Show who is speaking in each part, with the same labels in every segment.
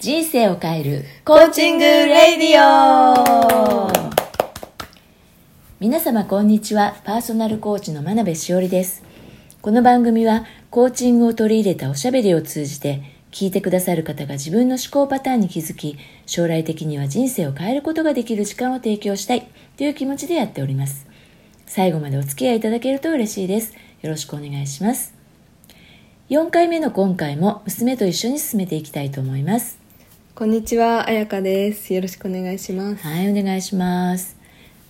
Speaker 1: 生を変える
Speaker 2: コーチングレディオ
Speaker 1: 皆様こんにちはパーソナルコーチの真鍋しおりですこの番組はコーチングを取り入れたおしゃべりを通じて聞いてくださる方が自分の思考パターンに気づき将来的には人生を変えることができる時間を提供したいという気持ちでやっております最後までお付き合いいただけると嬉しいですよろしくお願いします4回目の今回も娘と一緒に進めていきたいと思います
Speaker 2: こんにちは、あやかです。よろしくお願いします。
Speaker 1: はい、お願いします。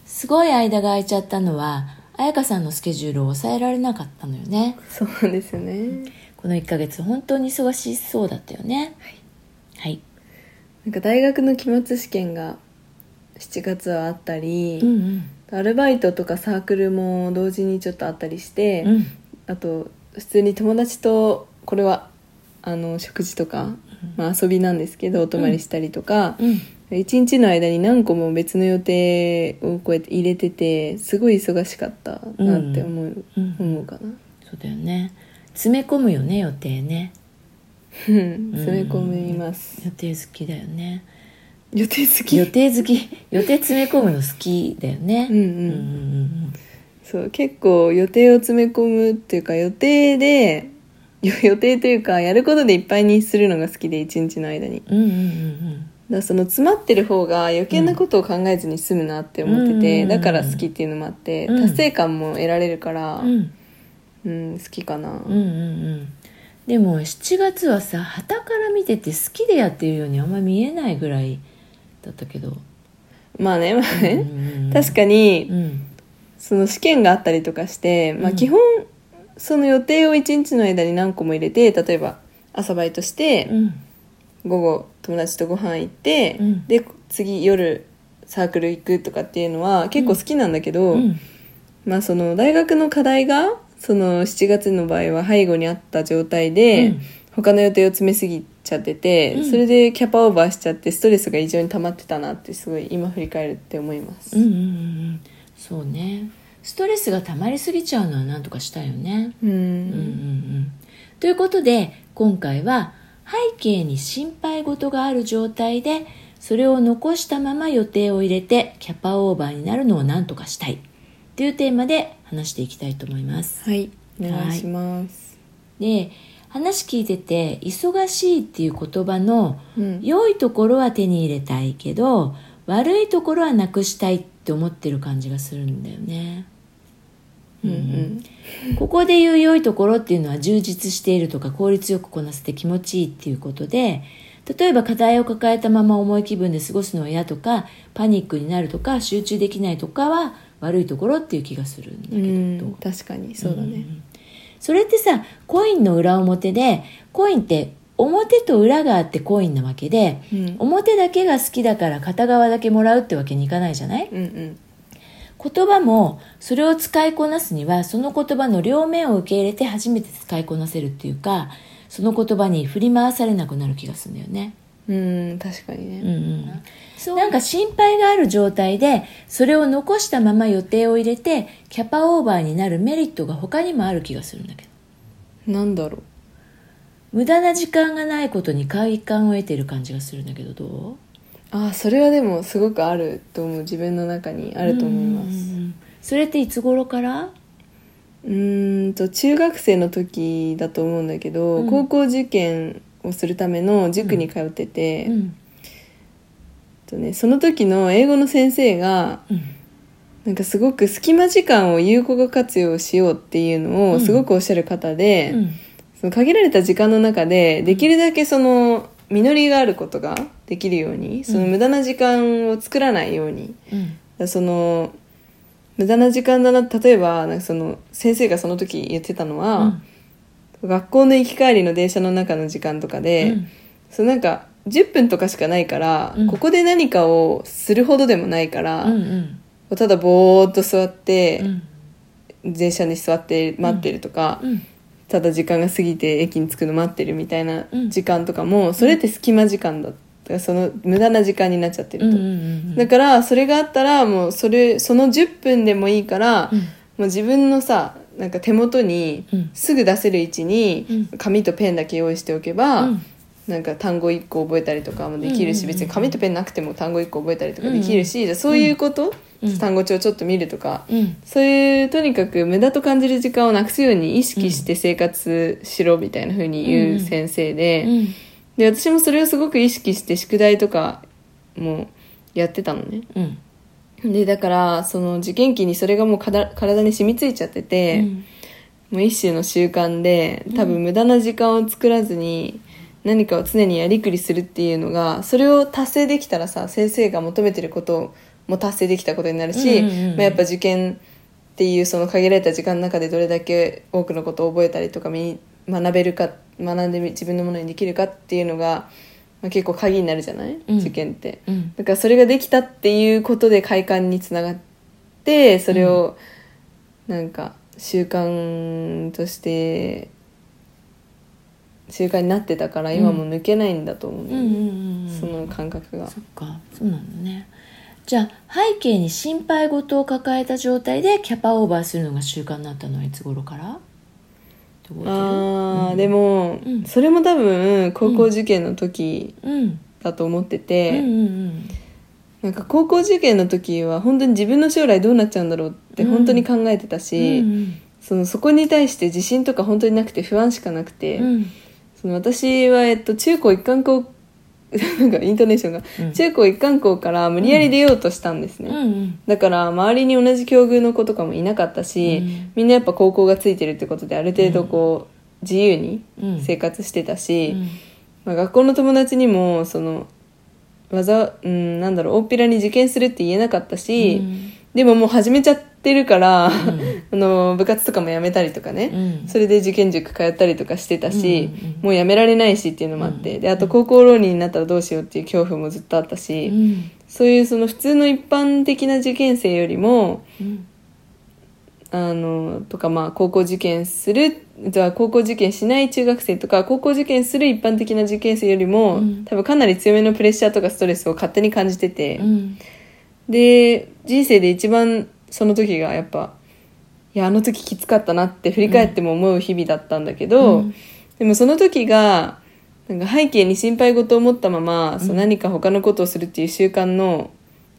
Speaker 1: すごい間が空いちゃったのは、彩香さんのスケジュールを抑えられなかったのよね。
Speaker 2: そうなんですよね。
Speaker 1: この1ヶ月、本当に忙しそうだったよね。はい。
Speaker 2: なんか大学の期末試験が7月はあったり、
Speaker 1: うんうん。
Speaker 2: アルバイトとかサークルも同時にちょっとあったりして、
Speaker 1: うん。
Speaker 2: あと普通に友達とこれはあの食事とか、まあ、遊びなんですけどお泊まりしたりとか、
Speaker 1: うん。
Speaker 2: 一日の間に何個も別の予定をこうやって入れててすごい忙しかったなって思う,、
Speaker 1: うん
Speaker 2: 思うか な、
Speaker 1: そうだよね。詰め込むよね、予定ね。
Speaker 2: うん詰め込みます、
Speaker 1: 予定好きだよね。
Speaker 2: 予定好き
Speaker 1: 予定好き、予定詰め込むの好きだよね。
Speaker 2: うんう
Speaker 1: うんんうん
Speaker 2: そう結構予定を詰め込むっていうか予定でよ 予定というかやることでいっぱいにするのが好きで一日の間にだか
Speaker 1: うん。うんうんうん
Speaker 2: らその詰まってる方が余計なことを考えずに済むなって思ってて、
Speaker 1: うん
Speaker 2: だから好きっていうのもあって、
Speaker 1: うん
Speaker 2: 達成感も得られるから
Speaker 1: うん。うん。
Speaker 2: うん、好きかな、
Speaker 1: うんうんうんでも7月はさ旗から見てて好きでやってるようにあんま見えないぐらいだったけど、
Speaker 2: まあねまあ
Speaker 1: うん
Speaker 2: ね、
Speaker 1: うんうん、
Speaker 2: 確かに、
Speaker 1: うん
Speaker 2: その試験があったりとかして、まあ、
Speaker 1: うん
Speaker 2: 基本その予定を一日の間に何個も入れて例えば朝バイトして、
Speaker 1: うん
Speaker 2: 午後友達とご飯行って、
Speaker 1: うん
Speaker 2: で次夜サークル行くとかっていうのは結構好きなんだけど、
Speaker 1: うん
Speaker 2: まあ、その大学の課題がその7月の場合は背後にあった状態で、
Speaker 1: うん
Speaker 2: 他の予定を詰めすぎちゃってて、
Speaker 1: うん
Speaker 2: それでキャパオーバーしちゃってストレスが異常に溜まってたなってすごい今振り返るって思います、
Speaker 1: うんうんうんうんそうねストレスが溜まりすぎちゃうのはなんとかしたいよね、
Speaker 2: うん
Speaker 1: うんうんうん、ということで今回は背景に心配事がある状態でそれを残したまま予定を入れてキャパオーバーになるのをなんとかしたいというテーマで話していきたいと思います
Speaker 2: はいお願いします、
Speaker 1: で話聞いてて「忙しい」っていう言葉の
Speaker 2: うん
Speaker 1: 良いところは手に入れたいけど悪いところはなくしたいって思ってる感じがするんだよね。
Speaker 2: うんうん
Speaker 1: ここで言う良いところっていうのは充実しているとか効率よくこなせて気持ちいいっていうことで例えば課題を抱えたまま重い気分で過ごすのは嫌とかパニックになるとか集中できないとかは悪いところっていう気がするんだけ
Speaker 2: う
Speaker 1: ど、
Speaker 2: ん確かにそうだね、
Speaker 1: それってさコインの裏表でコインって表と裏があってコインなわけで、
Speaker 2: うん
Speaker 1: 表だけが好きだから片側だけもらうってわけにいかないじゃない
Speaker 2: うんうん
Speaker 1: 言葉もそれを使いこなすにはその言葉の両面を受け入れて初めて使いこなせるっていうかその言葉に振り回されなくなる気がするんだよね。
Speaker 2: うん確かにね、
Speaker 1: うんうん、なんか心配がある状態でそれを残したまま予定を入れてキャパオーバーになるメリットが他にもある気がするんだけど
Speaker 2: なんだろう
Speaker 1: 無駄な時間がないことに快感を得てる感じがするんだけどどう
Speaker 2: ああそれはでもすごくあると思う自分の中にあると思います
Speaker 1: うんそれっていつ頃から
Speaker 2: うーんと中学生の時だと思うんだけど、
Speaker 1: うん
Speaker 2: 高校受験をするための塾に通ってて、
Speaker 1: うん
Speaker 2: とね、その時の英語の先生が
Speaker 1: うん
Speaker 2: なんかすごく隙間時間を有効活用しようっていうの
Speaker 1: う
Speaker 2: を
Speaker 1: ん
Speaker 2: すごくおっしゃる方
Speaker 1: う
Speaker 2: で、
Speaker 1: ん
Speaker 2: その限られた時間の中でできるだけその実りがあることができるようにその無駄な時間を作らないように
Speaker 1: うん
Speaker 2: その無駄な時間だな例えばなんかその先生がその時言ってたのは、学校の行き帰りの電車の中の時間とか
Speaker 1: う
Speaker 2: で、
Speaker 1: ん
Speaker 2: そのなんか10分とかしかないから、
Speaker 1: うん
Speaker 2: ここで何かをするほどでもないから、
Speaker 1: うんうん
Speaker 2: ただぼーっと座っ
Speaker 1: う
Speaker 2: て、
Speaker 1: ん
Speaker 2: 電車に座って待ってるとか、
Speaker 1: うん
Speaker 2: ただ時間が過ぎて駅に着くの待ってるみたいな
Speaker 1: うん
Speaker 2: 時間とかも、それって隙間時間だったその無駄な時間になっちゃって
Speaker 1: う
Speaker 2: る
Speaker 1: ん
Speaker 2: と。
Speaker 1: うん
Speaker 2: だからそれがあったらもうそれその10分でもいいから、
Speaker 1: うん
Speaker 2: もう自分のさなんか手元に
Speaker 1: うん
Speaker 2: すぐ出せる位置に
Speaker 1: う
Speaker 2: 紙とペンだけ用意しておけば、
Speaker 1: うん
Speaker 2: なんか単語1個覚えたりとかもできるし、
Speaker 1: うんうんうん
Speaker 2: 別に紙とペンなくても単語1個覚えたりとかできるし、じゃあそういうこと、
Speaker 1: うん
Speaker 2: 単語帳ちょっと見るとか、
Speaker 1: うん
Speaker 2: そういうとにかく無駄と感じる時間をなくすように意識して生活しろみたいな風に言う先生で、
Speaker 1: うん
Speaker 2: で私もそれをすごく意識して宿題とかもやってたのね。
Speaker 1: うん
Speaker 2: でだからその受験期にそれがもうかだ体に染みついちゃってて、
Speaker 1: うん
Speaker 2: もう一種の習慣で多分無駄な時間を作らずに何かを常にやりくりするっていうのがそれを達成できたらさ先生が求めてることも達成できたことになるし、
Speaker 1: うんうんうん
Speaker 2: まあ、やっぱ受験っていうその限られた時間の中でどれだけ多くのことを覚えたりとか身学べるか学んでみ自分のものにできるかっていうのが、まあ、結構鍵になるじゃない、
Speaker 1: うん
Speaker 2: 受験って。
Speaker 1: うん
Speaker 2: だからそれができたっていうことで快感につながってそれをなんか習慣として習慣になってたから今も抜けないんだと思
Speaker 1: う
Speaker 2: う、
Speaker 1: んうんうん
Speaker 2: その感覚が
Speaker 1: そっかそうなのねじゃあ背景に心配事を抱えた状態でキャパオーバーするのが習慣になったのはいつ頃からって覚えてる
Speaker 2: あー
Speaker 1: うん
Speaker 2: でも、
Speaker 1: うん
Speaker 2: それも多分高校受験の時
Speaker 1: うん
Speaker 2: だと思って
Speaker 1: うん
Speaker 2: て、
Speaker 1: うん
Speaker 2: なんか高校受験の時は本当に自分の将来どうなっちゃうんだろうって本当に考えてた
Speaker 1: う
Speaker 2: し、
Speaker 1: ん
Speaker 2: そのそこに対して自信とか本当になくて不安しかなくて、
Speaker 1: うん
Speaker 2: その私は、えっと、中高一貫校 なんかイントネーションが、
Speaker 1: うん
Speaker 2: 中高一貫校から無理やり出ようとしたんですね、
Speaker 1: うんうん
Speaker 2: だから周りに同じ境遇の子とかもいなかったし、
Speaker 1: うん
Speaker 2: みんなやっぱ高校がついてるってことである程度こう自由に
Speaker 1: うん
Speaker 2: 生活してた
Speaker 1: う
Speaker 2: し、
Speaker 1: ん
Speaker 2: まあ、学校の友達にもそのわざ、うん、なんだろう大っぴらに受験するって言えなかったし、
Speaker 1: うん
Speaker 2: でももう始めちゃってるから、
Speaker 1: ん
Speaker 2: あの部活とかもやめたりとかね、
Speaker 1: うん
Speaker 2: それで受験塾通ったりとかしてたし、
Speaker 1: うんうんうん
Speaker 2: もうやめられないしっていうのもあって、
Speaker 1: うん
Speaker 2: であと高校浪人になったらどうしようっていう恐怖もずっとあったし、
Speaker 1: うん
Speaker 2: そういうその普通の一般的な受験生よりも
Speaker 1: うん
Speaker 2: あのとかまあ高校受験するじゃあ高校受験しない中学生とか高校受験する一般的な受験生よりも、
Speaker 1: うん
Speaker 2: 多分かなり強めのプレッシャーとかストレスを勝手に感じてて。
Speaker 1: うん
Speaker 2: で人生で一番その時がやっぱいやあの時きつかったなって振り返っても思う日々だったんだけど、
Speaker 1: うん
Speaker 2: でもその時がなんか背景に心配事を持ったまま、そう何か他のことをするっていう習慣の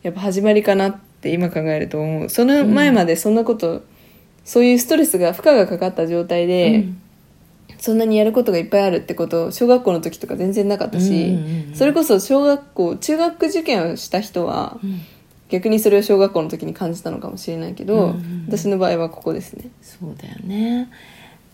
Speaker 2: やっぱ始まりかなって今考えると思うその前までそんなこと、そういうストレスが負荷がかかった状態で、そんなにやることがいっぱいあるってこと小学校の時とか全然なかったし、
Speaker 1: うんうんうん
Speaker 2: それこそ小学校中学受験をした人は
Speaker 1: う、ん
Speaker 2: 逆にそれを小学校の時に感じたのかもしれないけど、
Speaker 1: うんうん
Speaker 2: 私の場合はここですね
Speaker 1: そうだよね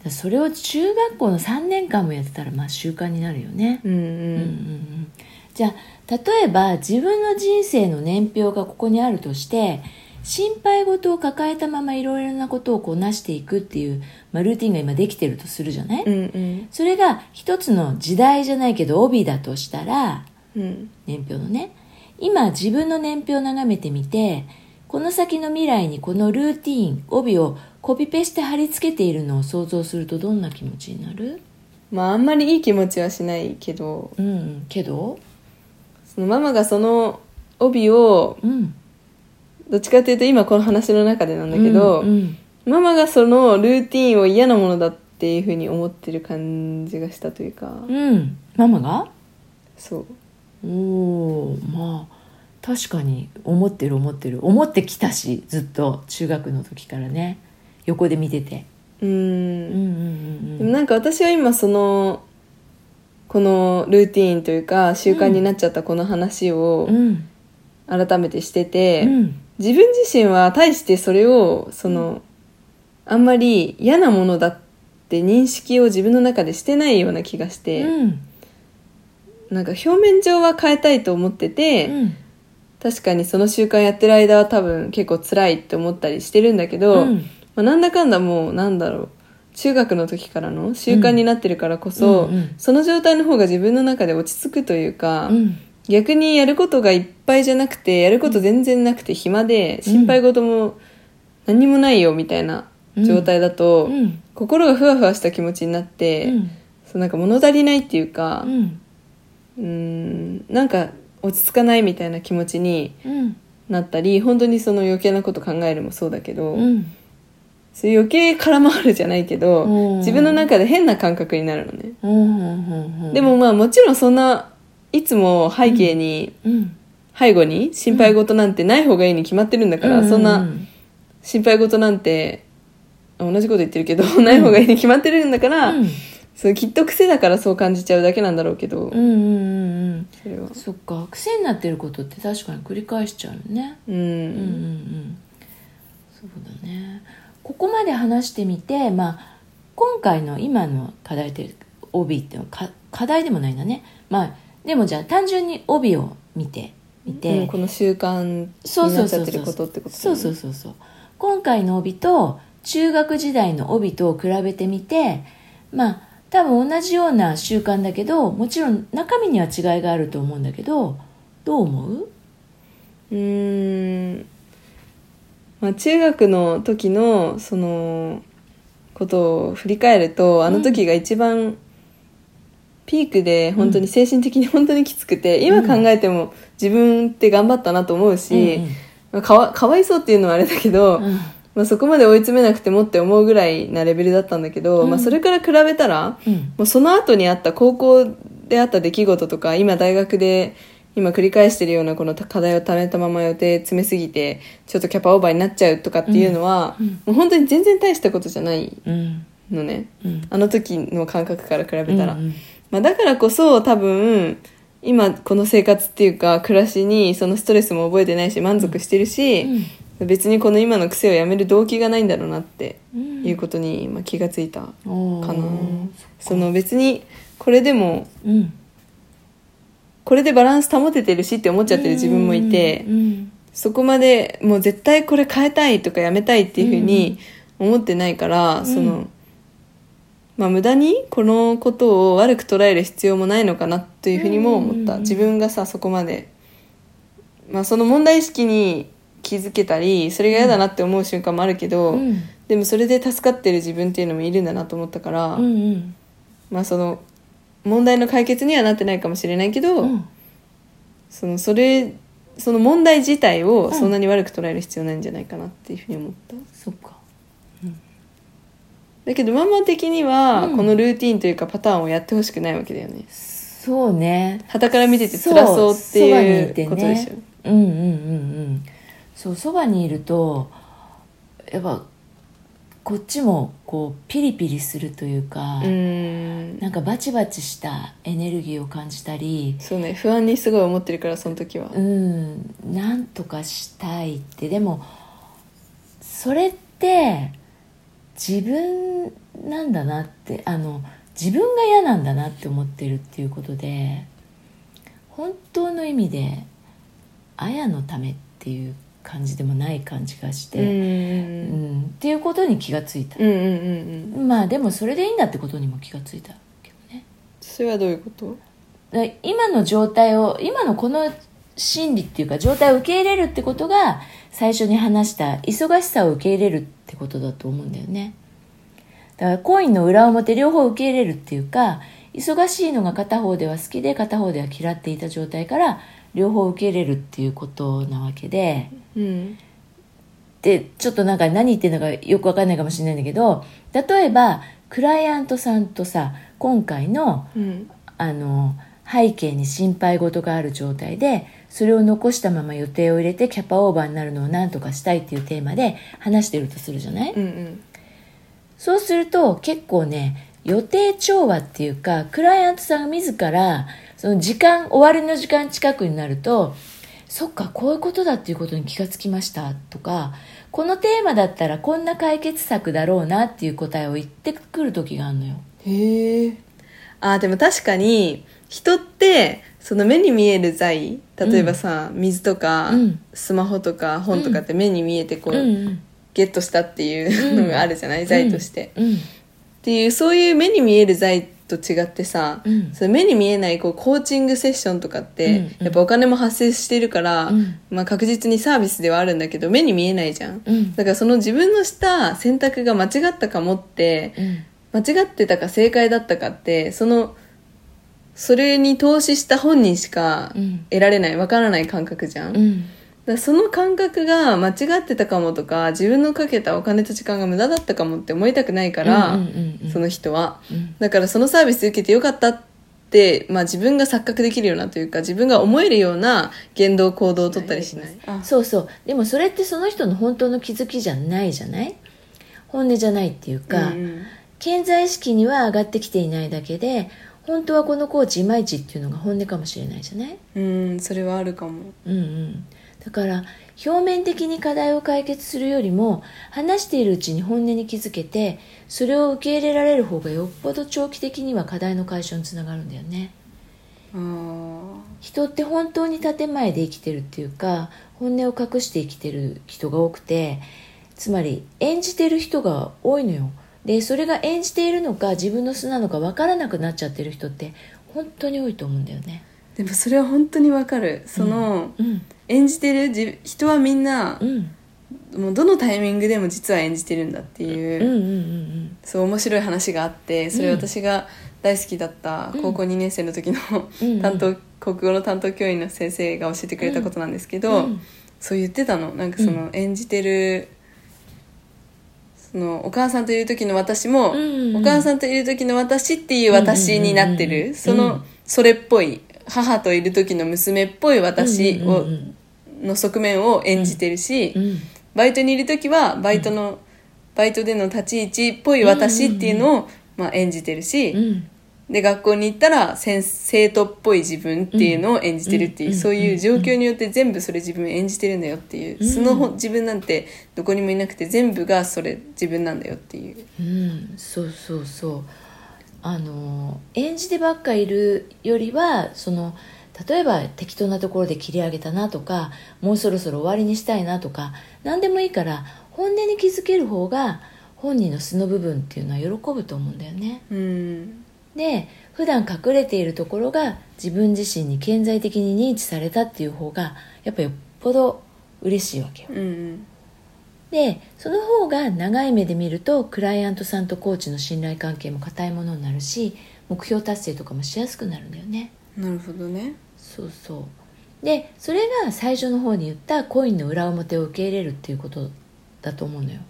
Speaker 1: それを中学校の3年間もやってたらまあ習慣になるよね
Speaker 2: うんう
Speaker 1: うんうん
Speaker 2: ん
Speaker 1: うんじゃあ例えば自分の人生の年表がここにあるとして心配事を抱えたままいろいろなことをこうなしていくっていう、まあ、ルーティンが今できてるとするじゃない、
Speaker 2: うんうん
Speaker 1: それが一つの時代じゃないけど帯だとしたら
Speaker 2: うん
Speaker 1: 年表のね今自分の年表を眺めてみてこの先の未来にこのルーティーン帯をコピペして貼り付けているのを想像するとどんな気持ちになる
Speaker 2: まああんまりいい気持ちはしないけど
Speaker 1: うんうんけど
Speaker 2: そのママがその帯を
Speaker 1: うん
Speaker 2: どっちかっていうと今この話の中でなんだけど、
Speaker 1: うんうん
Speaker 2: ママがそのルーティンを嫌なものだっていうふうに思ってる感じがしたというか、
Speaker 1: うんママが
Speaker 2: そう
Speaker 1: おおまあ確かに思ってる思ってる思ってきたしずっと中学の時からね横で見てて
Speaker 2: う
Speaker 1: うんんうん
Speaker 2: で
Speaker 1: う
Speaker 2: も
Speaker 1: ん
Speaker 2: なんか私は今そのこのルーティンというか習慣になっちゃったこの話を
Speaker 1: うん
Speaker 2: 改めてしてて、
Speaker 1: うん
Speaker 2: 自分自身は対してそれをその、あんまり嫌なものだって認識を自分の中でしてないような気がして、
Speaker 1: うん
Speaker 2: なんか表面上は変えたいと思ってて、
Speaker 1: うん
Speaker 2: 確かにその習慣やってる間は多分結構辛いって思ったりしてるんだけど、
Speaker 1: うん
Speaker 2: まあ、なんだかんだもうなんだろう中学の時からの習慣になってるからこそ、
Speaker 1: うんうん
Speaker 2: その状態の方が自分の中で落ち着くというか、
Speaker 1: うん
Speaker 2: 逆にやることがいっぱいじゃなくてやること全然なくて暇で心配事も何にもないよみたいな状態だと、
Speaker 1: うん
Speaker 2: 心がふわふわした気持ちになって、
Speaker 1: うん
Speaker 2: そうなんか物足りないっていうか
Speaker 1: う、ん
Speaker 2: うーんなんか落ち着かないみたいな気持ちに
Speaker 1: うん
Speaker 2: なったり本当にその余計なこと考えるもそうだけど、
Speaker 1: うん
Speaker 2: そういう余計空回るじゃないけど、
Speaker 1: うん
Speaker 2: 自分の中で変な感覚になるのね、
Speaker 1: うんうんうん
Speaker 2: でもまあもちろんそんないつも背景に、
Speaker 1: うん
Speaker 2: 背後に心配事なんてない方がいいに決まってるんだから、
Speaker 1: ううう
Speaker 2: そんな心配事なんて同じこと言ってるけど、ない方がいいに決まってるんだから、
Speaker 1: うん
Speaker 2: そうきっと癖だからそう感じちゃうだけなんだろうけど、
Speaker 1: うんうんうん
Speaker 2: それは
Speaker 1: うんそっか癖になってることって確かに繰り返しちゃうよね
Speaker 2: うん、
Speaker 1: うんうんうんそうだねここまで話してみてまあ今回の今の課題って帯っていうのか課題でもないんだねまあでもじゃあ単純に帯を見てみて、
Speaker 2: うんこの習慣に
Speaker 1: そう
Speaker 2: な
Speaker 1: そ
Speaker 2: っ
Speaker 1: う
Speaker 2: ち
Speaker 1: そ
Speaker 2: ゃ
Speaker 1: う
Speaker 2: って
Speaker 1: そ
Speaker 2: る
Speaker 1: う
Speaker 2: ことってこと
Speaker 1: そうそうそうそう今回の帯と中学時代の帯と比べてみてまあ多分同じような習慣だけどもちろん中身には違いがあると思うんだけどどう思う
Speaker 2: うーん、まあ、中学の時のそのことを振り返るとあの時が一番ピークで本当に精神的に本当にきつくて、今考えても自分って頑張ったなと思うし、まあかわかわいそうっていうのはあれだけど、
Speaker 1: うんうん
Speaker 2: まあ、そこまで追い詰めなくてもって思うぐらいなレベルだったんだけど、
Speaker 1: うん
Speaker 2: まあ、それから比べたら
Speaker 1: うん
Speaker 2: もうその後にあった高校であった出来事とか今大学で今繰り返してるようなこの課題をためたまま予定詰めすぎてちょっとキャパオーバーになっちゃうとかっていうのは、
Speaker 1: うんうん
Speaker 2: もう本当に全然大したことじゃない
Speaker 1: うん
Speaker 2: のね
Speaker 1: うん
Speaker 2: あの時の感覚から比べたら、
Speaker 1: うん
Speaker 2: まあ、だからこそ多分今この生活っていうか暮らしにそのストレスも覚えてないし満足してるし、別にこの今の癖をやめる動機がないんだろうなって
Speaker 1: うん
Speaker 2: いうことにまあ気がついたか
Speaker 1: おー
Speaker 2: な、その別にこれでも
Speaker 1: うん
Speaker 2: これでバランス保ててるしって思っちゃってる自分もいて、
Speaker 1: うん
Speaker 2: そこまでもう絶対これ変えたいとかやめたいっていうふうに思ってないから、
Speaker 1: ん
Speaker 2: その、まあ、無駄にこのことを悪く捉える必要もないのかなというふうにも思っ
Speaker 1: う
Speaker 2: た
Speaker 1: ん
Speaker 2: 自分がさそこまで、まあ、その問題意識に気づけたりそれが嫌だなって思う瞬間もあるけど、
Speaker 1: うん
Speaker 2: でもそれで助かってる自分っていうのもいるんだなと思ったから、
Speaker 1: うんうん
Speaker 2: まあその問題の解決にはなってないかもしれないけど、
Speaker 1: うん
Speaker 2: そのそれその問題自体
Speaker 1: う
Speaker 2: を
Speaker 1: ん
Speaker 2: そんなに悪く捉える必要ないんじゃないかなっていうふうに思った、
Speaker 1: そっか
Speaker 2: だけどママ的には
Speaker 1: うん
Speaker 2: このルーティンというかパターンをやってほしくないわけだよね
Speaker 1: そうね
Speaker 2: 傍から見てて辛そうって
Speaker 1: そばに
Speaker 2: いう
Speaker 1: いて
Speaker 2: ことでしょ
Speaker 1: ねうんうんうんうんそうそばにいるとやっぱこっちもこうピリピリするというか、
Speaker 2: うーん
Speaker 1: なんかバチバチしたエネルギーを感じたり
Speaker 2: そうね不安にすごい思ってるからその時は
Speaker 1: うんなんとかしたいってでもそれって自分なんだなってあの自分が嫌なんだなって思ってるっていうことで本当の意味で綾のためっていう感じでもない感じがし
Speaker 2: うんう
Speaker 1: て、うん
Speaker 2: ん
Speaker 1: っていうことに気がついた
Speaker 2: うん、うんうん
Speaker 1: まあでもそれでいいんだってことにも気がついたけどね
Speaker 2: それはどういうこと
Speaker 1: だから今の状態を今のこの心理っていうか状態を受け入れるってことが最初に話した忙しさを受け入れるってことだと思うんだよねだからコインの裏表両方受け入れるっていうか忙しいのが片方では好きで片方では嫌っていた状態から両方受け入れるっていうことなわけで
Speaker 2: うん
Speaker 1: でちょっとなんか何言ってんのかよくわかんないかもしれないんだけど例えばクライアントさんとさ今回の
Speaker 2: うん
Speaker 1: あの背景に心配事がある状態でそれを残したまま予定を入れてキャパオーバーになるのを何とかしたいっていうテーマで話してるとするじゃない、
Speaker 2: うんうん
Speaker 1: そうすると結構ね予定調和っていうかクライアントさんが自らその時間終わりの時間近くになるとそっかこういうことだっていうことに気がつきましたとかこのテーマだったらこんな解決策だろうなっていう答えを言ってくる時があるのよ。
Speaker 2: へえあーでも確かに人ってその目に見える財例えばさ、水とか、
Speaker 1: うん
Speaker 2: スマホとか本とかって目に見えてこう、
Speaker 1: うん
Speaker 2: ゲットしたっていううんのがあるじゃない、財として、
Speaker 1: うん
Speaker 2: っていうそういう目に見える財と違ってさ、
Speaker 1: うん
Speaker 2: その目に見えないこうコーチングセッションとかって、
Speaker 1: うんうん
Speaker 2: やっぱお金も発生してるから、
Speaker 1: うん
Speaker 2: まあ、確実にサービスではあるんだけど目に見えないじゃん、
Speaker 1: うん
Speaker 2: だからその自分のした選択が間違ったかもって、
Speaker 1: うん
Speaker 2: 間違ってたか正解だったかってそのそれに投資した本人しか
Speaker 1: うん
Speaker 2: 得られないわからない感覚じゃん、
Speaker 1: うん
Speaker 2: だからその感覚が間違ってたかもとか自分のかけたお金と時間が無駄だったかもって思いたくないから、
Speaker 1: うんうんうんうん
Speaker 2: その人は、
Speaker 1: うん
Speaker 2: だからそのサービス受けてよかったって、まあ、自分が錯覚できるようなというか自分が思えるような言動行動を取ったりしないあ
Speaker 1: そうそうでもそれってその人の本当の気づきじゃないじゃない本音じゃないっていうか、
Speaker 2: うんうん
Speaker 1: 健在意識には上がってきていないだけで本当はこのコーチいまいちっていうのが本音かもしれないじゃない
Speaker 2: うんそれはあるかも
Speaker 1: うんうんだから表面的に課題を解決するよりも話しているうちに本音に気づけてそれを受け入れられる方がよっぽど長期的には課題の解消につながるんだよね
Speaker 2: あー
Speaker 1: 人って本当に建前で生きてるっていうか本音を隠して生きてる人が多くてつまり演じてる人が多いのよでそれが演じているのか自分の素なのか分からなくなっちゃってる人って本当に多いと思うんだよね
Speaker 2: でもそれは本当にわかるその、
Speaker 1: うん
Speaker 2: 演じてる自人はみんな
Speaker 1: う、ん
Speaker 2: もうどのタイミングでも実は演じてるんだっていう、
Speaker 1: うんうんうん
Speaker 2: そう面白い話があってそれ
Speaker 1: うん
Speaker 2: 私が大好きだった高校2年生の時の、
Speaker 1: うんうん
Speaker 2: 担当国語の担当教員の先生が教えてくれたことなんですけど、
Speaker 1: うん
Speaker 2: そう言ってたのなんかその演じてる、そのお母さんといる時の私も、
Speaker 1: うんうんうん
Speaker 2: お母さんといる時の私っていう私になってる、
Speaker 1: うんうんうんうん
Speaker 2: そのそれっぽい母といる時の娘っぽい私を、
Speaker 1: うん
Speaker 2: の側面を演じてるし、
Speaker 1: うんうん
Speaker 2: バイトにいる時はバイトの、バイトでの立ち位置っぽい私っていうのを、まあ、演じてるし、
Speaker 1: うんうん
Speaker 2: で学校に行ったら先生徒っぽい自分っていうのを演じてるっていう、
Speaker 1: うん
Speaker 2: そういう状況によって全部それ自分演じてるんだよっていう、
Speaker 1: うん
Speaker 2: そのほ自分なんてどこにもいなくて全部がそれ自分なんだよっていう
Speaker 1: うん、そうそうそうあの演じてばっかいるよりはその例えば適当なところで切り上げたなとかもうそろそろ終わりにしたいなとか何でもいいから本音に気づける方が本人の素の部分っていうのは喜ぶと思うんだよね。
Speaker 2: うん
Speaker 1: で普段隠れているところが自分自身に顕在的に認知されたっていう方がやっぱよっぽど嬉しいわけよ。
Speaker 2: うん
Speaker 1: でその方が長い目で見るとクライアントさんとコーチの信頼関係も固いものになるし目標達成とかもしやすくなるんだよね
Speaker 2: なるほどね
Speaker 1: そうそうでそれが最初の方に言ったコインの裏表を受け入れるっていうことだと思うのよ、
Speaker 2: うん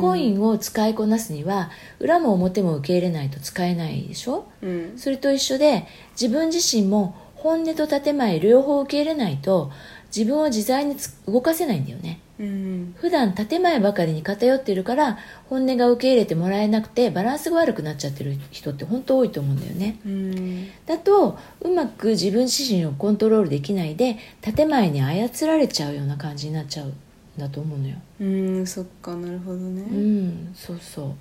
Speaker 1: コインを使いこなすには裏も表も受け入れないと使えないでしょ
Speaker 2: うん
Speaker 1: それと一緒で自分自身も本音と建前両方受け入れないと自分を自在につ動かせないんだよね
Speaker 2: うん
Speaker 1: 普段建前ばかりに偏っているから本音が受け入れてもらえなくてバランスが悪くなっちゃってる人って本当多いと思うんだよね
Speaker 2: うん
Speaker 1: だとうまく自分自身をコントロールできないで建前に操られちゃうような感じになっちゃうんだと思うのよ
Speaker 2: うんそっかなるほどね、
Speaker 1: うんそうそう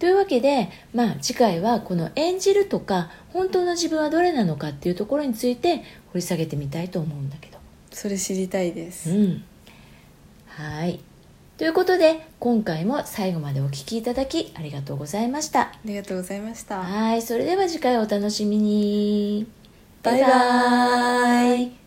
Speaker 1: というわけで、まあ、次回はこの演じるとか本当の自分はどれなのかっていうところについて掘り下げてみたいと思うんだけど
Speaker 2: それ知りたいです、
Speaker 1: うん、はいということで今回も最後までお聞きいただきありがとうございました
Speaker 2: ありがとうございました
Speaker 1: はいそれでは次回お楽しみに
Speaker 2: バイバ
Speaker 1: バイバイ